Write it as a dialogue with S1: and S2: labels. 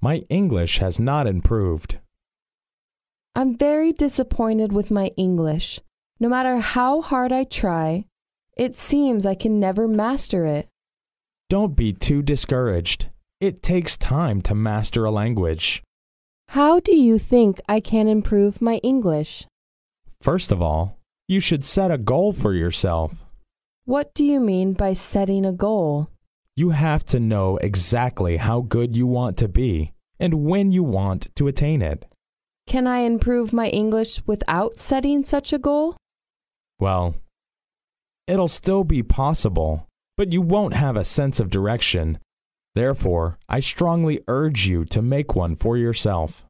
S1: My English has not improved.
S2: I'm very disappointed with my English. No matter how hard I try, it seems I can never master it.
S1: Don't be too discouraged. It takes time to master a language.
S2: How do you think I can improve my English?
S1: First of all, you should set a goal for yourself.
S2: What do you mean by setting a goal?
S1: You have to know exactly how good you want to be and when you want to attain it.
S2: Can I improve my English without setting such a goal?
S1: Well, it'll still be possible, but you won't have a sense of direction. Therefore, I strongly urge you to make one for yourself.